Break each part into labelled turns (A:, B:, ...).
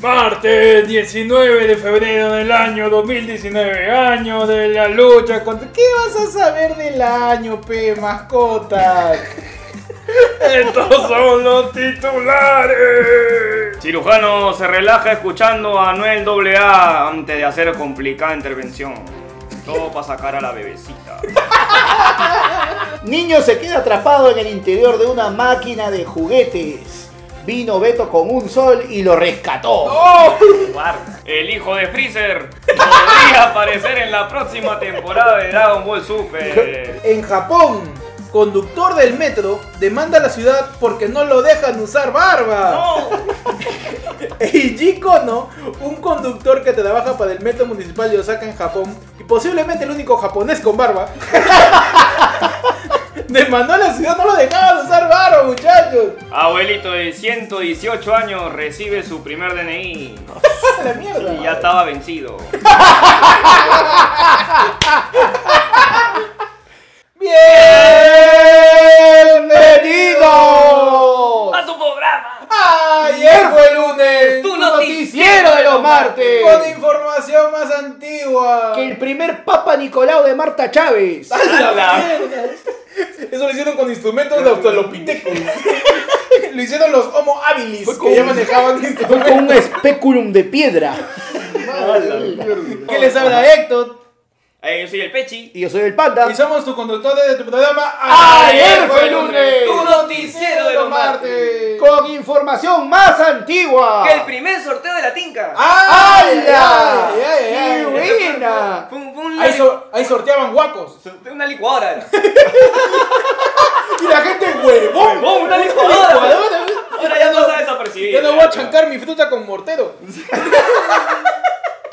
A: Martes 19 de febrero del año 2019, año de la lucha contra... ¿Qué vas a saber del año, pe, mascotas? Estos son los titulares.
B: Cirujano se relaja escuchando a Noel AA antes de hacer complicada intervención. Todo para sacar a la bebecita.
C: Niño se queda atrapado en el interior de una máquina de juguetes. Vino Beto con un sol y lo rescató.
B: El hijo de Freezer podría aparecer en la próxima temporada de Dragon Ball Super.
A: En Japón, conductor del metro demanda a la ciudad porque no lo dejan usar barba.
B: No.
A: Eiji Kono, un conductor que trabaja para el metro municipal de Osaka en Japón, y posiblemente el único japonés con barba, demandó a la ciudad, no lo dejaban usar barba, muchachos.
B: Abuelito de 118 años recibe su primer DNI
A: A ¡Ah, la mierda.
B: y ya estaba vencido.
C: ¡Bienvenidos!
B: ¡A tu programa!
C: ¡Ayer fue el lunes!
B: ¡Tu
C: noticiero de los martes!
A: Con información más antigua.
C: Que el primer Papa Nicolau de Marta Chávez.
A: ¡A la mierda! Eso lo hicieron con instrumentos de australopitecos. lo hicieron los Homo habilis, que ya manejaban
C: Fue
A: instrumentos.
C: con un speculum de piedra.
A: ¿Qué les habla Héctor?
B: Eh, yo soy el Pechi.
C: Y yo soy el panda.
A: Y somos tus conductores de tu programa
C: Ayer fue lunes.
B: Tu noticiero de los martes.
C: Con información más antigua.
B: Que el primer sorteo de la tinca.
A: Ah, ¡Ay,
C: ¡Hala!
A: ay, ay, ay!
C: ¡Qué buena!
B: Fue un- fue un-
A: Ahí, so- ahí sorteaban guacos.
B: sorteo- una licuadora. era.
A: Y la gente, huevón.
B: ¡Oh, una licuadora!
A: Licuadora.
B: Ahora ya no sabes desapercibida.
A: Ya no voy a chancar mi fruta con mortero.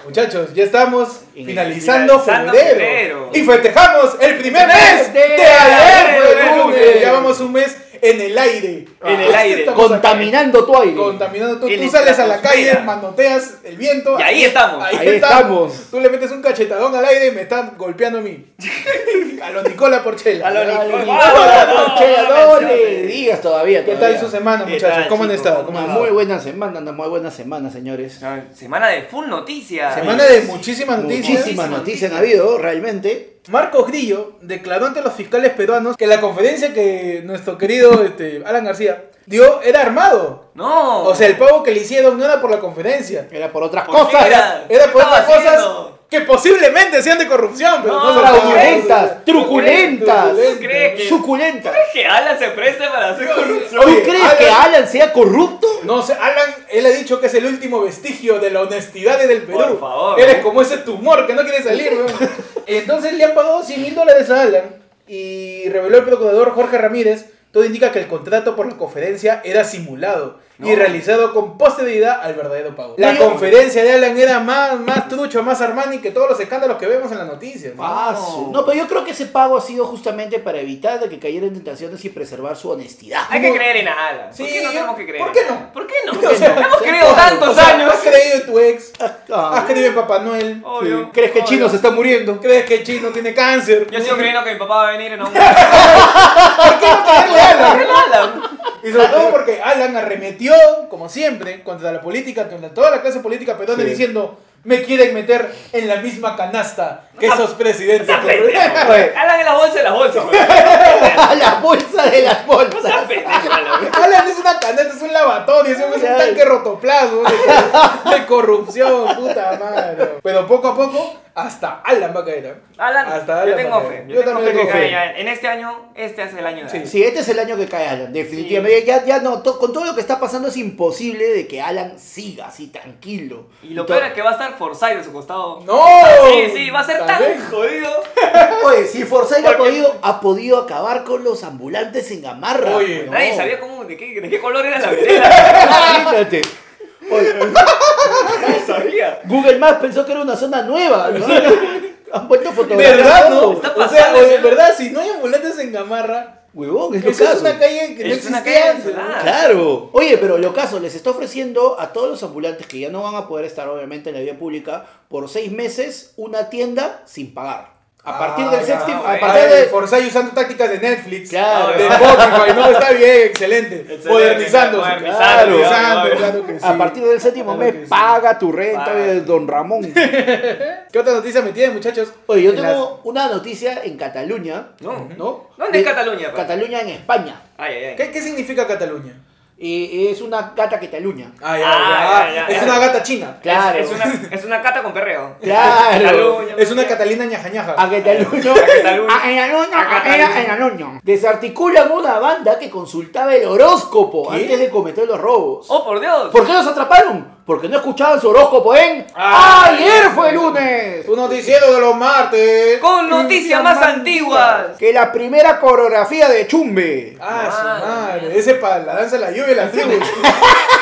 A: Muchachos, ya estamos finalizando,
B: Finalizando
A: febrero.
B: febrero.
A: Y festejamos el primer mes de ayer fue lunes. Ya vamos un mes en el aire.
B: En el aire.
A: Estamos acá.
C: Contaminando tu aire.
A: Contaminando. Tú,
B: En
A: tú
B: la
A: sales a la calle,
B: estratosfera.
A: manoteas el viento.
B: Y ahí estamos.
C: Ahí estamos.
A: Tú le metes un cachetadón al aire y me están golpeando a mí. a los Nicola Porchela.
B: A lo
C: Ay,
B: Nicola.
C: Nicola,
B: No, no,
C: Porchela,
B: no,
C: no
B: no,
C: le
B: no.
C: digas todavía.
A: ¿Qué tal
C: todavía.
A: su semana,
B: ¿Qué
A: muchachos?
B: tal,
A: ¿Cómo han
B: chicos?
A: estado? ¿Cómo
C: Una
A: han estado?
C: muy buena semana, una muy buena semana, señores.
B: Ah, Semana de full noticias.
A: Semana de muchísimas noticias.
C: Muchísimas noticias han habido, realmente.
A: Marcos Grillo declaró ante los fiscales peruanos que la conferencia que nuestro querido este, Alan García dio era armado.
B: No.
A: O sea, el pago que le hicieron no era por la conferencia.
C: Era por otras
B: Por
C: cosas.
B: fin
C: Era
B: era-
A: Era por
B: Estaba
A: otras cosas
B: haciendo.
A: que posiblemente sean de corrupción, pero no,
B: No,
A: son
C: Fraudulentas, truculentas,
B: ¿Tú crees que,
C: suculentas.
B: que Alan se preste para hacer corrupción?
C: ¿Tú
A: Oye,
C: crees
A: Alan-
C: que Alan sea corrupto?
A: No sé, Alan, él ha dicho que es el último vestigio de la honestidad del Perú.
B: Por favor.
A: Eres como ese tumor que no quiere salir, weón. Entonces le han pagado 100 mil dólares a Alan y reveló el procurador Jorge Ramírez. Todo indica que el contrato por la conferencia era simulado y
B: No.
A: realizado con posterioridad al verdadero pago. La
C: Oye,
A: conferencia de Alan era más, más trucho, más Armani que todos los escándalos que vemos en las noticias. ¿no?
C: Ah, su- No, pero yo creo que ese pago ha sido justamente para evitar de que cayeran en tentaciones y preservar su honestidad.
B: Hay que creer en Alan.
A: Sí,
B: ¿Por qué no tenemos que creer?
A: ¿por qué
B: en Alan?
A: no?
B: ¿Por qué no?
A: O sea,
B: hemos creído tantos
A: o sea,
B: años. Oh,
A: Has creído en tu ex, has
C: Ah,
A: creído en Papá Noel,
B: Obvio.
A: sí.
C: ¿Crees que
B: Obvio.
C: Chino se está muriendo?
A: crees que el chino tiene cáncer.
B: Yo sigo creyendo que mi papá va a venir en un.
A: Creerle a Alan.
B: Alan.
A: Y sobre todo Ah, porque Alan arremetió, como siempre, contra la política, contra toda la clase política perdón,
C: Sí.
A: diciendo, me quieren meter en la misma canasta que esos presidentes.
B: Está pendejo.
C: Oye.
B: Alan en las bolsas, en las bolsas. güey.
C: A la bolsa de las
B: No
C: bolsas.
B: seas pendejo, Alan.
A: Alan es una canasta, es un lavatorio, es un, es un tanque rotoplazo de, cor- de corrupción, puta madre. Pero poco a poco, hasta Alan va a caer. ¿eh?
B: Alan,
A: Hasta
B: yo
A: Alan va
B: tengo
A: a caer.
B: fe. Yo,
A: también
B: tengo fe. que ya En este año, este es el año de
A: Sí.
B: Alan.
C: Sí, este es el año que cae Alan, definitivamente. Ya, ya no, to- con todo lo que está pasando es imposible de que Alan siga así tranquilo.
B: Y lo
C: to-
B: peor es que va a estar Forsyth de su costado.
A: ¡No!
B: Sí, sí, va a ser
A: También.
B: tan jodido.
C: Oye, si Forsyth ha
B: Porque-
C: podido, ha podido acabar con los ambulantes en Gamarra.
A: Oye,
C: weón.
B: Nadie sabía cómo, de qué, de qué color era la vereda.
C: Imagínate.
B: Nadie sabía.
C: Google Maps pensó que era una zona nueva. ¿no? Han puesto fotografías.
A: ¿Verdad, no?
C: todo.
B: Está
A: O sea,
B: pasando,
A: oye,
B: ¿no?
A: ¿verdad? Si no hay ambulantes en Gamarra,
C: Huevón, es lo
A: esa es
C: caso.
A: una calle que no
B: Es una
A: existía
B: calle
A: antes,
B: desolada.
A: ¿no?
C: Claro. Oye, pero lo caso, les está ofreciendo a todos los ambulantes que ya no van a poder estar obviamente en la vía pública por seis meses una tienda sin pagar.
A: Ah,
C: A partir del sexting, a
B: bueno.
A: A ver,
C: partir de...
A: Forsyth usando tácticas de Netflix.
C: Claro.
A: De Spotify, no, está bien, excelente.
B: Excelente,
A: Modernizándose.
B: modernizando,
A: Modernizando,
B: obvio.
A: claro que sí.
C: A partir del séptimo
A: Claro que
C: mes,
A: sí.
C: paga tu renta,
B: Paga.
C: eh, don Ramón.
A: ¿Qué otra noticia me tienen, muchachos?
C: Oye, yo
A: En las-
C: tengo una noticia en Cataluña,
B: No.
C: ¿no?
B: ¿Dónde
C: De-
B: es Cataluña? pa?
C: Cataluña en España.
B: Ay, ay, ay.
A: ¿Qué, qué significa Cataluña?
C: Y es una gata Cataluña.
A: Ah, ya,
B: Ah,
A: ya.
B: ya, ya.
A: Es una gata china.
C: Claro.
B: Es, es una, es una cata con perreo.
C: Claro.
B: Cataluña.
A: Es una Ah, eh. Catalina ñajañaja.
C: A Cataluña.
B: A Cataluña.
C: A Cataluña.
B: A Cataluña.
C: A Cataluña. Desarticulan una banda que consultaba el horóscopo
A: ¿Qué?
C: antes de cometer los robos.
B: ¡Oh, por Dios!
C: ¿Por qué los atraparon? Porque no escuchaban su horóscopo en
B: Ah,
C: Ayer fue lunes.
A: Tu noticiero de los martes.
B: Con noticias más
A: Noticias
B: antiguas.
C: Que la primera coreografía de Chumbe.
A: Ah, su
B: Madre
A: madre. Ese para la danza de la lluvia y las tribus.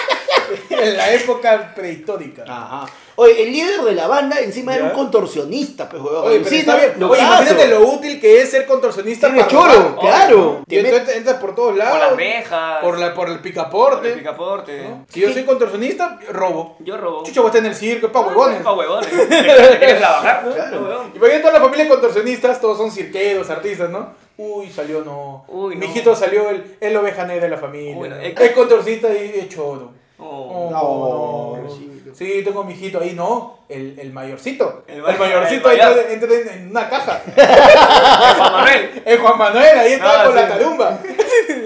A: en la época prehistórica.
C: Ajá. Oye, el líder de la banda encima era
A: Ya.
C: un contorsionista, pues, huevón.
A: Oye, pero
C: Sí,
A: está
C: no,
A: bien.
C: lo
A: Oye,
C: caso.
A: imagínate lo útil que es ser contorsionista
C: Tiene
A: para
C: choro,
A: robar.
C: claro.
A: Oye, Y entonces entras por todos lados.
B: Por las rejas.
A: Por, la, por el picaporte.
B: por el picaporte.
A: ¿no? Si yo soy contorsionista, robo.
B: Yo robo.
A: Chucho, voy a estar en el circo, es pa' huevones.
B: Ah, Pa' huevones. ¿Te quieres trabajar?
A: Claro.
B: Huevón.
A: Y por toda la familia de contorsionistas, todos son cirqueros, artistas, ¿no? Uy, salió no.
B: Uy, no.
A: Mi hijito salió el, el oveja negra de la familia.
B: Uy, no.
A: el, contorsionista y es choro.
B: Oh.
A: Oh,
C: No,
A: no.
C: sí.
A: Sí, tengo a mi hijito ahí, no. El, el mayorcito.
B: El
A: El,
B: mayor-
A: mayorcito
B: el
A: ahí
B: mayor.
A: entra entra en una caja.
B: Juan Manuel.
A: El Juan Manuel ahí estaba
B: Ah,
A: con
B: sí.
A: la tarumba.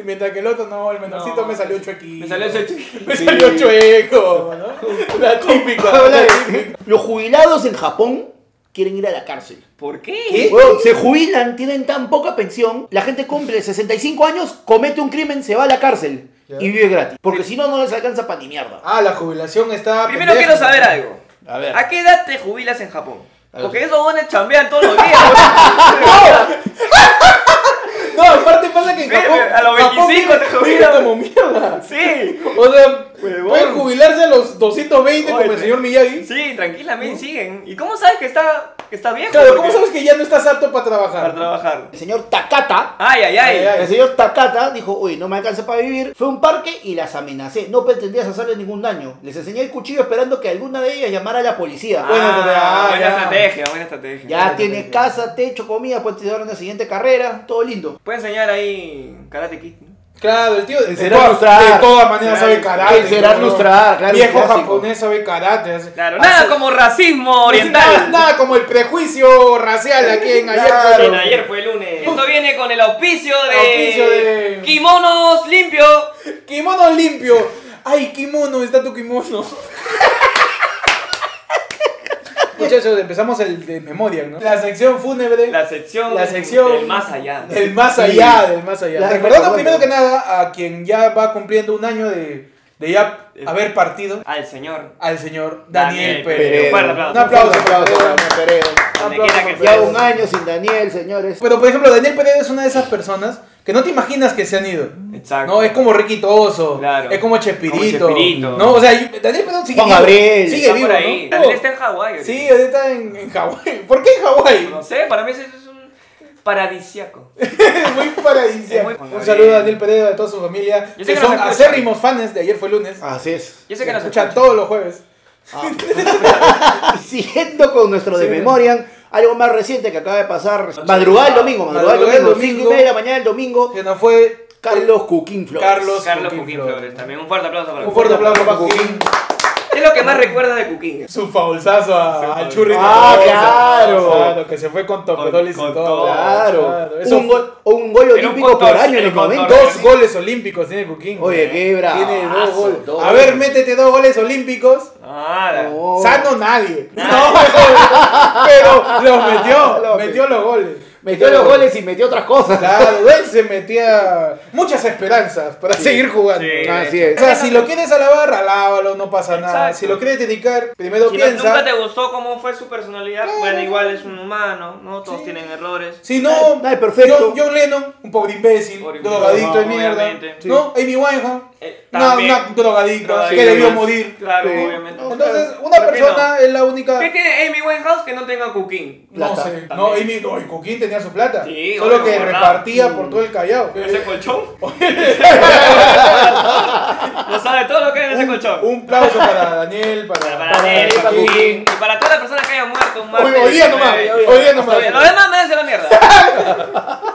A: Mientras que el otro, no, el menorcito
B: No.
A: me salió chuequito.
B: Me salió ese chico.
A: Me salió chueco. ¿no? La típica.
C: Habla
A: la típica.
C: de- Los jubilados en Japón quieren ir a la cárcel.
B: ¿Por
A: ¿Qué?
B: qué?
C: Huevón, se jubilan, tienen tan poca pensión, la gente cumple 65 años, comete un crimen, se va a la cárcel
A: Ya.
C: y vive gratis. Porque si no, no les alcanza para ni mierda.
A: Ah, la jubilación está.
B: Primero
A: pendeja.
B: quiero saber algo. Ah,
C: A ver.
B: ¿A qué edad te jubilas en Japón?
C: ver.
B: Porque esos bones chambean todos los días. huevón.
A: No, aparte pasa que en
B: Mira,
A: Japón.
B: a los
A: Japón
B: 25
A: vive-
B: te jubilan.
A: vive como mierda.
B: Sí.
A: O sea,
B: Huevón.
A: pueden jubilarse a los 220 como
B: Oye,
A: el señor Miyagi.
B: Sí, tranquilamente siguen. ¿Y cómo sabes que está, que está viejo?
A: Claro,
B: Porque-
A: ¿cómo sabes que ya no estás apto para trabajar?
B: Para trabajar.
C: El señor Takata.
B: Ay, ay,
A: Ay, ay.
B: ay.
C: El señor Takata dijo, uy, no me alcanza para vivir. Fue a un parque y las amenacé. No pretendías hacerle ningún daño. Les enseñé el cuchillo esperando que alguna de ellas llamara a la policía.
A: Ah,
B: buena
A: Buena estrategia, ya.
B: estrategia, buena estrategia.
C: ya tienes
A: ya.
C: casa, techo, comida, pues puedes estudiar en la siguiente carrera. Todo lindo.
B: Puede enseñar ahí Karate Kid. ¿no?
A: Claro, el tío de,
C: será
A: todas-
C: ilustrar.
A: de todas maneras
B: Claro,
A: sabe karate.
C: el será
A: ¿no?
C: ilustrar, claro,
A: Viejo
C: un clásico.
A: japonés sabe karate. hace-
B: Claro,
A: hace-
B: nada como racismo
A: Nada,
B: oriental.
A: nada como el prejuicio racial aquí en ayer.
C: Claro.
A: pero-
B: En ayer fue el lunes. Esto viene con el auspicio de.
A: Auspicio de-
B: Kimonos limpio.
A: Kimono limpio. Ay, kimono, está tu kimono. Muchachos, empezamos el de memoria, ¿no? La sección fúnebre.
B: La sección.
A: La sección-
B: Del más allá.
A: Del más
C: Sí.
A: allá, del más allá.
C: La-
A: Recordando
C: bueno.
A: primero que nada a quien ya va cumpliendo un año de, de ya haber partido,
B: Al señor.
A: al señor Daniel,
B: Daniel
A: Pérez.
B: Pérez. Fuerte
A: Un aplauso,
C: Un aplauso,
A: para Daniel.
C: aplauso, Peredo.
A: Un
B: Donde quiera
A: aplauso
B: que
A: para
C: Ya
A: Pérez.
C: un año sin Daniel, señores.
A: Pero por ejemplo, Daniel Pérez es una de esas personas que no te imaginas que se han ido.
B: Exacto.
A: No, es como Riquitoso,
B: Claro.
A: es como Chespirito.
B: Como Chespirito.
A: No, o sea, yo- Daniel Pérez sigue
C: Juan
A: vivo.
C: Gabriel.
A: Sigue
B: Está
A: vivo,
B: por ahí.
A: ¿no? Oh,
B: También está en Hawái. ahorita.
A: Sí, ahorita está en, en Hawái. ¿Por qué en Hawái?
B: No sé, para mí ese es un paradisiaco.
A: Es muy paradisíaco.
B: Es muy-
A: Un saludo a Daniel Pérez, a toda su familia,
B: Yo
A: que,
B: sé que
A: son
B: nos escuchan.
A: acérrimos fans de ayer fue lunes.
C: Así es.
B: Yo sé que nos
A: escuchan
B: escucha.
A: todos los jueves.
C: Ah. Y Siguiendo con nuestro de
A: Sí.
C: memoria, algo más reciente que acaba de pasar. Madrugada el domingo, madrugada el
A: Madrugada el
C: domingo.
A: domingo.
C: Cinco y media de la mañana del domingo.
A: Que nos fue
C: Carlos Cuquín Flores.
A: Carlos,
B: Carlos
A: Cuquín
B: Cuquín
A: Flores.
B: Flores también. Un fuerte aplauso para
A: Un fuerte aplauso para
C: Cuquín.
A: Cuquín.
B: ¿Qué es lo que más recuerdas de Cuquín?
A: Su faulzazo a, al churri.
C: Ah,
A: Mendoza.
C: claro.
A: Claro, que se fue con Toperolis y
B: Con- con
A: todo.
B: todo.
C: Claro.
A: Eso
C: un,
A: fue-
C: gol, o un gol
B: Era un
C: olímpico por
B: contorno-
C: año en
B: el
C: los 90.
B: contorno.
A: Dos goles olímpicos tiene Cuquín.
C: Oye, qué bravo.
A: Tiene dos goles.
C: Dos
A: a ver,
C: goles.
A: métete dos goles olímpicos.
B: Ah, la-
C: No.
A: Sano nadie.
B: Nadie.
A: No, pero los metió.
C: Lo
A: metió los goles.
C: Metió los goles y metió otras cosas.
A: Claro, él se metía muchas esperanzas para seguir jugando.
B: Sí.
C: Así
A: O
C: es.
A: sea, si lo quieres alabar, alábalo, no pasa nada.
B: Exacto.
A: Si lo quieres dedicar, primero
B: Si no-
A: piensa.
B: nunca te gustó cómo fue su personalidad, bueno, igual es un humano, ¿no? Todos
A: Sí.
B: tienen errores.
A: Si no,
C: Nadie perfecto.
A: John, John Lennon, un pobre imbécil,
B: Pobre imbécil,
A: drogadito de
B: no,
A: mierda.
B: obviamente.
A: No, Amy Winehouse,
B: Eh,
A: Una,
B: También.
A: una drogadicta
B: Drogadicta.
A: que debió morir.
B: Claro,
C: Sí.
B: obviamente.
A: Entonces,
B: Claro.
A: una
B: ¿Por qué no?
A: persona es la única.
B: ¿Qué tiene Amy Winehouse que no tenga cooking?
A: No
C: Plata.
A: sé. No, y,
B: También.
A: no, y Coquín tenía su plata.
B: Sí,
A: solo
B: obvio,
A: que
B: ¿verdad?
A: repartía
C: Mm.
A: por todo el Callao.
B: ¿Ese colchón? no sabe todo lo que hay en ese colchón.
A: Un aplauso para Daniel, para,
B: para Daniel,
A: para
B: para
A: Coquín.
B: Cooking, y para todas las personas que hayan muerto un martes. eh,
A: Hoy- hoy día nomás, hoy día nomás.
B: Está bien, Lo demás me hace la mierda.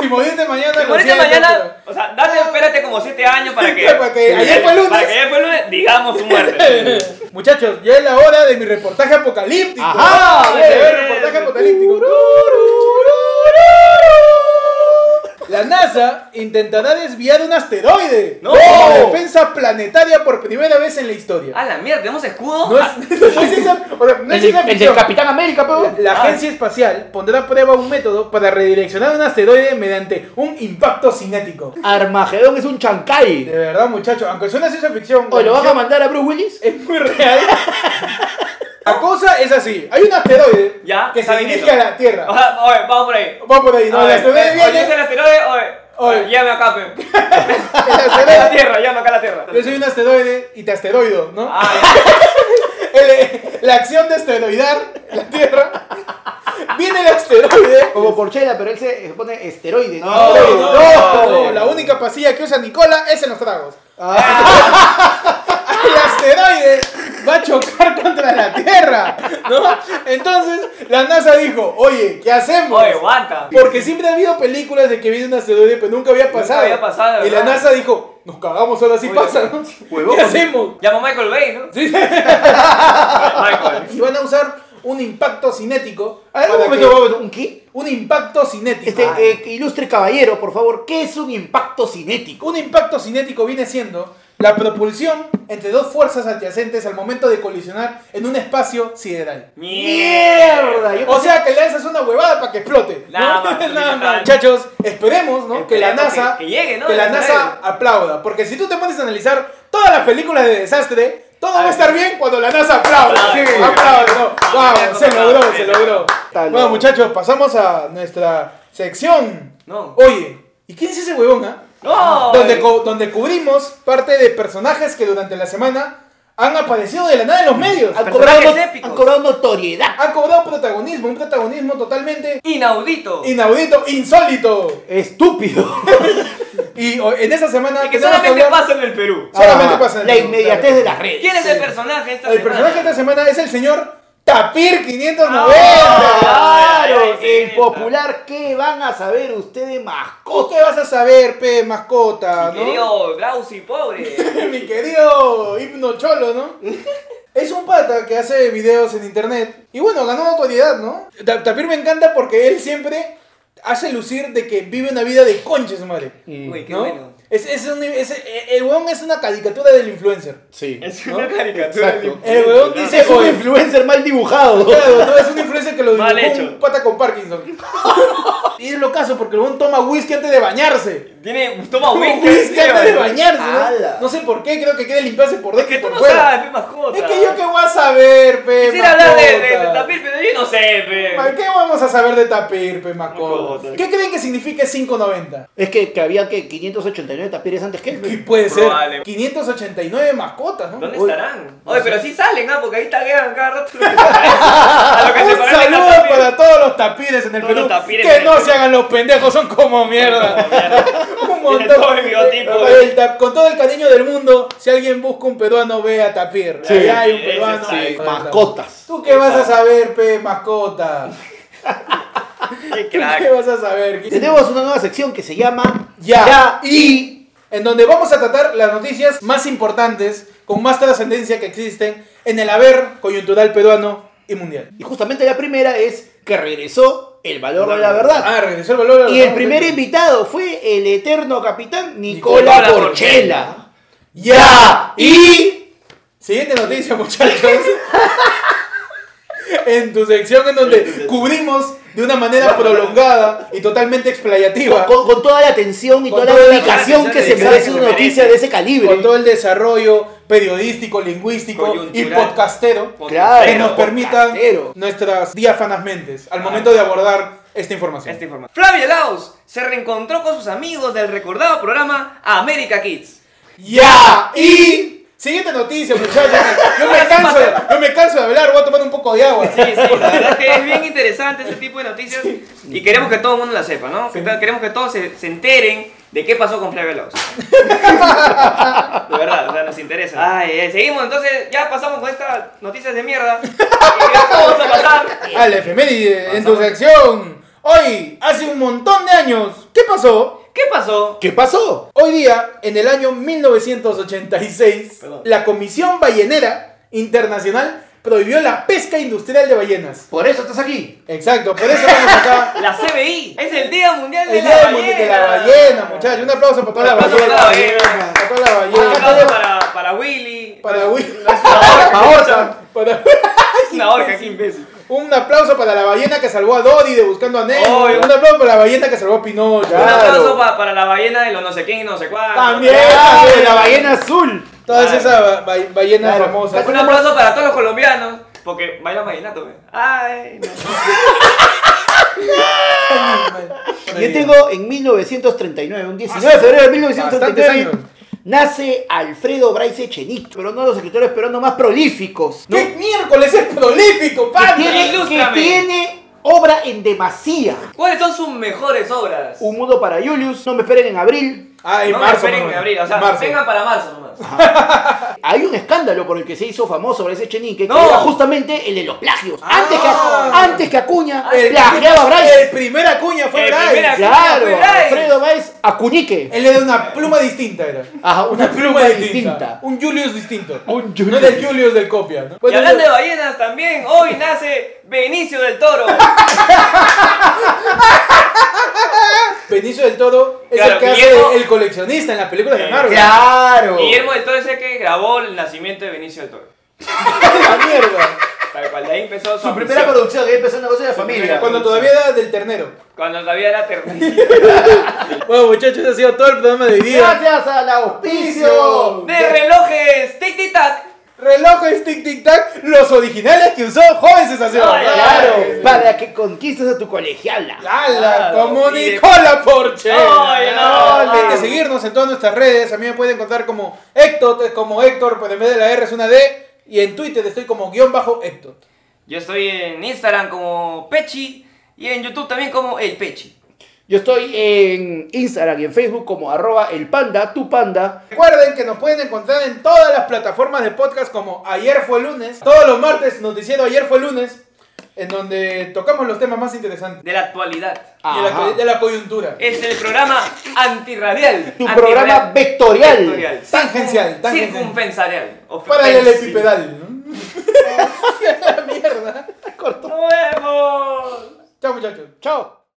A: Si moriste mañana,
B: Te
A: lo
B: moriste
A: siento,
B: mañana, o sea, date, espérate como 7 años para que.
A: Para que ayer fue lunes.
B: Para que ayer fue lunes, digamos su muerte.
A: pero- Muchachos, ya es la hora de mi reportaje apocalíptico.
C: Ajá,
A: Ah,
B: bien.
A: de ver reportaje apocalíptico. La NASA intentará desviar un asteroide
B: No.
A: como defensa planetaria por primera vez en la historia.
B: A la mierda, ¿tenemos escudo?
A: No es, no es esa- o sea, no
C: Ah. El,
A: es
C: de-
A: esa
C: el del
A: ficción.
C: Capitán Ah. América, pero.
A: La agencia espacial pondrá a prueba un método para redireccionar un asteroide mediante un impacto cinético.
C: Armagedón es un chancay.
A: De verdad, muchachos, aunque suena ciencia ficción,
C: Oye, ¿lo
A: la
C: vas a mandar a Bruce Willis?
A: es muy real. La cosa es así: hay un asteroide
B: Ya,
A: que se
B: saben
A: dirige
B: eso.
A: a la Tierra.
B: Ajá, Oye, vamos por ahí.
A: Va por ahí, ¿no?
B: A
A: El
B: ver,
A: asteroide
B: eh,
A: viene.
B: Oye, es el asteroide, oye.
A: Oye.
B: Llame acá, pe.
A: el
B: A la
A: asteroide-
B: tierra, llame acá a la tierra.
A: Yo soy un asteroide y te asteroido, ¿no?
B: Ay,
A: El- eh, la acción de asteroidar la Tierra. Viene el asteroide.
C: Como Porchela, pero él se se pone esteroide. ¿no?
B: No,
A: Oye,
C: Esteroide.
A: no,
B: no,
A: la
B: no.
A: única pasilla que usa Nicola es en los tragos.
B: Ah.
A: el asteroide va a chocar contra la Tierra, ¿no? Entonces la NASA dijo, oye, ¿qué hacemos?
B: oye, aguanta.
A: Porque siempre ha habido películas de que viene un asteroide, pero nunca había pasado.
B: había pasado,
A: y la
B: ¿verdad?
A: NASA dijo, nos cagamos, ahora sí
B: Oye,
A: pasa, ¿no?
C: huevón.
A: ¿Qué hacemos?
B: Llama a Michael Bay, ¿no?
A: Sí.
B: Michael.
A: Y van a usar un impacto cinético.
C: A ver, un
A: para
C: momento,
A: que-
C: un momento, ¿un qué?
A: un impacto cinético.
C: Este,
A: Ah.
C: eh, ilustre caballero, por favor, ¿qué es un impacto cinético?
A: Un impacto cinético viene siendo la propulsión entre dos fuerzas adyacentes al momento de colisionar en un espacio sideral.
C: ¡Mierda! Yo
A: O sea que lanzas una huevada para que explote. ¿no?
B: Nada más,
A: Nada más.
B: nada.
A: Muchachos, esperemos, ¿no? Que la
B: Esperemos
A: NASA.
B: que- que llegue, ¿no?
A: la
B: El
A: NASA
B: asteroide.
A: aplauda. Porque si tú te pones a analizar todas las películas de desastre, todo va a estar bien cuando la NASA aplaude.
B: Aplaude,
A: Sí,
B: sí.
A: aplaude, ¿no?
B: Ah,
A: Wow,
B: mira,
A: se
B: cómo
A: logró,
B: aplaude.
A: se logró.
C: Está
A: Bueno,
C: loco.
A: muchachos, pasamos a nuestra sección.
B: No.
A: Oye, ¿y quién es ese huevón, ah?
B: No.
A: Donde, co- donde cubrimos parte de personajes que durante la semana han aparecido de la nada en los medios.
C: han,
A: Han,
C: cobrado,
B: personajes
C: no-
B: épicos.
C: han cobrado notoriedad.
A: han cobrado protagonismo, un protagonismo totalmente
B: Inaudito.
A: Inaudito, insólito.
C: Estúpido.
A: Y o- en esta semana
B: Y que
A: tenemos
B: solamente
A: hablar-
B: pasa en el Perú.
A: Solamente pasa en
C: Ah, La
A: el-
C: inmediatez de las redes.
B: ¿Quién es el personaje esta
A: El personaje de esta
B: semana?
A: semana es el señor Tapir 590.
B: Ah,
C: Claro,
B: Ay, ay, ay,
C: el popular, ¿qué van a saber ustedes,
A: ¿Tú
C: mascota?
A: qué vas a saber, pe mascota,
B: Mi
A: no?
B: querido Glauci, pobre.
A: Mi querido himno cholo, ¿no? Es un pata que hace videos en internet. Y bueno, ganó notoriedad, ¿no? Ta- Tapir me encanta porque él siempre hace lucir de que vive una vida de conches, madre.
B: Uy, qué
A: ¿no?
B: bueno.
A: Es, es un- es- e, el weón es una caricatura del influencer.
C: Sí.
B: Es una caricatura.
C: Exacto.
B: de-
A: El weón
B: Claro.
A: dice,
C: Es un
A: "Oye,
C: influencer mal dibujado.
A: Claro, no, es un influencer que lo
B: Mal
A: dibujó
B: hecho.
A: un pata con Parkinson. y es lo caso, porque el weón toma whisky antes de bañarse.
B: Tiene. Toma
A: Toma
B: whisky.
A: whisky antes de bañarse.
C: Ala.
A: ¿no? No sé por qué, creo que quiere limpiarse por
B: Es
A: dentro
B: que
A: y
B: tú
A: por
B: no
A: fuera.
B: sabes, pe mascota.
A: Es que yo qué voy a saber, pe.
B: Quisiera hablar de, de,
A: mascota.
B: de Tapir, pero yo no sé, pe.
A: ¿Para ¿Qué vamos a saber de tapir, pe, mascota?
B: Mascota.
A: ¿Qué creen que significa 590?
C: Es que, que había que 589 tapires antes que
A: ¿Qué
C: él.
A: puede ser?
B: Probable.
A: 589 mascotas, ¿no?
B: ¿Dónde
C: Uy.
B: estarán? Oye, pero sí salen, ¿ah? Porque ahí taguean cada rato. A lo que se parecen
A: Un
B: los
A: saludo
B: Tapir.
A: para todos los tapires en el
B: Todos
A: Perú.
B: los tapires en
A: Que
B: el
A: no
B: Perú.
A: se hagan los pendejos, son como mierda. Un montón.
B: Tiene todo el bigotipo.
A: El tap- con todo el cariño del mundo, si alguien busca un peruano, ve a tapir.
C: Sí.
A: Allá hay un
B: Sí,
A: peruano.
B: sí,
A: ahí.
C: Mascotas.
A: ¿Tú qué vas a saber, pe, mascota?
B: Qué
A: ¿Tú
B: crack.
A: qué vas a saber?
C: Tenemos una nueva sección que se llama
A: Ya. y en donde vamos a tratar las noticias más importantes, con más trascendencia que existen en el haber coyuntural peruano y mundial.
C: Y justamente la primera es que regresó el valor de la verdad.
A: Ah, regresó el valor. a la
C: Y el
A: razón.
C: primer invitado fue el eterno capitán Nicola,
B: Nicola
C: Porchela.
A: Ya y siguiente noticia, muchachos. en tu sección en donde cubrimos de una manera prolongada y totalmente explayativa
C: Con, con toda la atención y
A: Con
C: toda
A: toda
C: la
A: la
C: dedicación que se
A: dedicación
C: merece
A: que
C: una
A: se
C: noticia
B: merece.
C: de ese
A: con todo
C: calibre.
A: el desarrollo periodístico, lingüístico y
B: Coyuntural.
A: podcastero
C: Claro.
A: que nos permitan
C: podcastero.
A: nuestras diáfanas mentes al momento de abordar esta información.
B: Esta información. Flavia Laos se reencontró con sus amigos del recordado programa America Kids.
A: Ya, y. Siguiente noticia, muchachos. Yo me canso, de- yo me canso de hablar, voy a tomar un poco de agua.
B: Sí, sí, la verdad que es bien interesante ese tipo de noticias y queremos que todo el mundo la sepa, ¿no? Que ta- Queremos que todos se, se enteren de qué pasó con Flavia Lobos. De verdad, o sea, nos interesa. Ay, eh, seguimos, entonces ya pasamos con estas noticias de mierda. Y ya vamos a pasar.
A: A la efeméride, en tu sección. Hoy, hace un montón de años, ¿qué pasó?
B: ¿Qué pasó?
C: ¿Qué pasó?
A: Hoy día, en el año 1986,
B: Perdón.
A: la Comisión Ballenera Internacional prohibió la pesca industrial de ballenas.
C: Por eso estás aquí.
A: Exacto, por eso vamos acá.
B: La CBI. Es el Día Mundial de,
A: El
B: la,
A: día del
B: ballena.
A: mundo de la ballena, muchachos. Un aplauso para toda la
B: Un aplauso
A: ballena.
B: para la ballena.
A: Para toda la
B: Un
A: ballena.
B: aplauso para, para Willy.
A: Para Will.
B: Para
A: Ahorita, para-
B: Una horca, qué imbécil.
A: Un aplauso para la ballena que salvó a Dory de buscando a Nemo.
B: Obvio.
A: Un aplauso para la ballena que salvó a Pinocho.
B: Un aplauso
A: Claro.
B: pa- para la ballena de los no sé quién y no sé cuál.
A: También.
C: ¡Ah,
A: Claro.
C: de la ballena azul!
A: Todas esas ba- ba- ballenas
C: Claro.
A: famosas.
B: Un aplauso para todos los colombianos. Porque bailan vallenato, güey. Ay, no.
C: Yo tengo en 1939, un 19 de
A: Hace
C: febrero de
A: bastantes
C: 1939,
A: años.
C: nace Alfredo Braise Echenique, pero uno de los escritores peruanos más prolíficos. ¿no?
A: ¿Qué miércoles es prolífico,
C: Que
A: padre?
C: tiene, que
B: ilústrame.
C: tiene obra en demasía.
B: ¿Cuáles son sus mejores obras?
C: Un mundo para Julius, no me esperen en abril.
A: Ah, en
B: no me
A: marzo.
B: esperen
A: mamá.
B: en abril, o sea,
A: En marzo.
B: vengan para marzo
C: Ah.
B: nomás.
C: Hay un escándalo por el que se hizo famoso Braise Echenique, que
B: No.
C: era justamente el de los plagios. Antes, que,
A: Ah.
C: antes que Acuña
B: El-
C: plagiaba a
A: El
C: Braise.
A: primer acuña fue
B: El
A: Bryce.
B: primer Acuña.
C: Claro,
B: fue Braise.
C: Alfredo Braise Acuñique.
A: Él era una pluma distinta, era.
C: Ajá, Ah, una pluma distinta.
A: Un Julius distinto.
C: Un
A: No
C: Julius.
A: era el Julius del copia. ¿no? Pues
B: Y hablando de ballenas también, hoy nace Benicio del Toro.
A: Benicio del Toro es
B: Claro,
A: el que hace
B: Guillermo-
A: el coleccionista en las películas de
B: Eh,
A: Marvel.
C: Claro.
B: Guillermo del Toro es el que grabó el nacimiento de Benicio del Toro.
A: ¡La mierda!
B: Tal cual, de ahí empezó su,
C: Su primera
B: ambición.
C: producción, que empezó una cosa de la familia.
A: Cuando todavía era del ternero.
B: Cuando todavía era ternero.
A: Bueno, muchachos, ese ha sido todo el programa de hoy día.
C: Gracias al auspicio.
B: De relojes, tic tic tac.
A: Relojes Tic Tic Tac, los originales que usó Joven Sensación.
B: Ay,
C: Claro,
B: Ay.
C: para que conquistes a tu colegiala.
A: ¡Hala!
B: Claro,
A: Como
B: y de-
A: Nicola Porche.
B: Ay,
A: Ah,
B: no,
A: hay que
B: ah.
A: seguirnos en todas nuestras redes. A mí me pueden encontrar como Héctor, como Héctor, pero en vez de la R es una D. Y en Twitter estoy como guión bajo Héctor.
B: Yo estoy en Instagram como Pechi y en YouTube también como El Pechi.
C: Yo estoy en Instagram y en Facebook como arroba el panda, tu panda.
A: Recuerden que nos pueden encontrar en todas las plataformas de podcast como Ayer fue lunes. Todos los martes noticiero Ayer fue lunes, en donde tocamos los temas más interesantes.
B: De la actualidad.
A: Y de la,
C: Ajá.
A: co- de la coyuntura.
B: Es el programa antirradial.
C: Tu
B: Antirradial.
C: programa vectorial.
A: Tangencial, tangencial.
B: Circunfensarial. O
A: Para el
B: fens-
A: elipipedal. ¿no? la mierda.
C: Corto.
B: ¡Nos vemos!
A: Chao muchachos.
C: Chao.